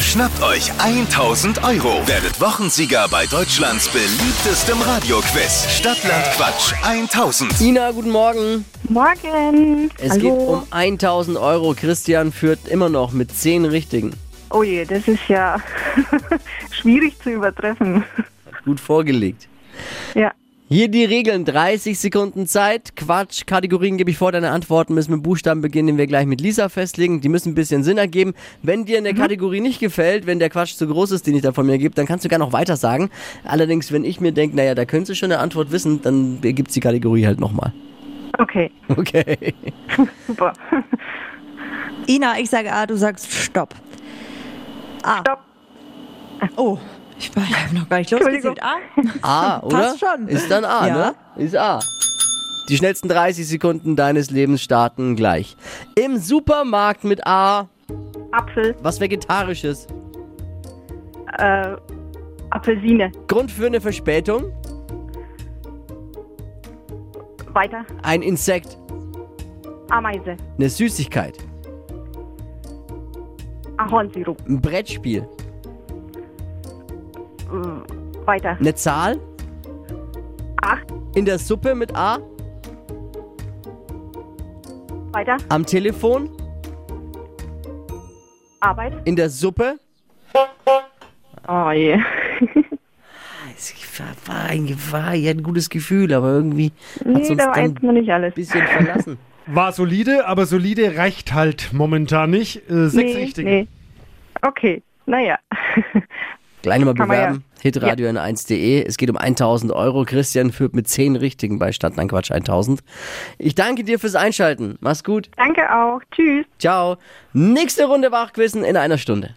Schnappt euch 1000 Euro. Werdet Wochensieger bei Deutschlands beliebtestem Radioquiz. Stadtland Quatsch 1000. Ina, guten Morgen. Morgen. Es geht Hallo. um 1000 Euro. Christian führt immer noch mit 10 Richtigen. Oh je, das ist ja schwierig zu übertreffen. Gut vorgelegt. Ja. Hier die Regeln. 30 Sekunden Zeit. Quatsch. Kategorien gebe ich vor. Deine Antworten müssen mit Buchstaben beginnen, den wir gleich mit Lisa festlegen. Die müssen ein bisschen Sinn ergeben. Wenn dir in der Kategorie nicht gefällt, wenn der Quatsch zu groß ist, den ich da von mir gebe, dann kannst du gar noch weiter sagen. Allerdings, wenn ich mir denke, naja, da könntest du schon eine Antwort wissen, dann gibt es die Kategorie halt nochmal. Okay, Okay. super. Ina, ich sage A, du sagst Stopp. A. Stopp. Oh, ich war- ich hab noch gar nicht losgezählt. A? A, oder? Passt schon. Ist dann A, Ja. ne? Ist A. Die schnellsten 30 Sekunden deines Lebens starten gleich. Im Supermarkt mit A, Apfel, was Vegetarisches. äh, Apfelsine. Grund für eine Verspätung, Weiter. ein Insekt, Ameise. eine Süßigkeit, Ahornsirup. ein Brettspiel, Äh, weiter. eine Zahl, Acht. in der Suppe mit A, Weiter. am Telefon, Arbeit. in der Suppe. Oh je. Es war ein, war ja ein gutes Gefühl, aber irgendwie hat es Nee, uns da dann ein weiß man nicht alles. bisschen verlassen. War solide, aber solide reicht halt momentan nicht. Äh, sechs nee, richtige. nee. Okay, naja. Gleich nochmal Kann man bewerben. Hitradio n1.de. Es geht um 1000 Euro. Christian führt mit 10 Richtigen bei Stadt, nein Quatsch, 1000. Ich danke dir fürs Einschalten. Mach's gut. Danke auch. Tschüss. Ciao. Nächste Runde Wachquissen in einer Stunde.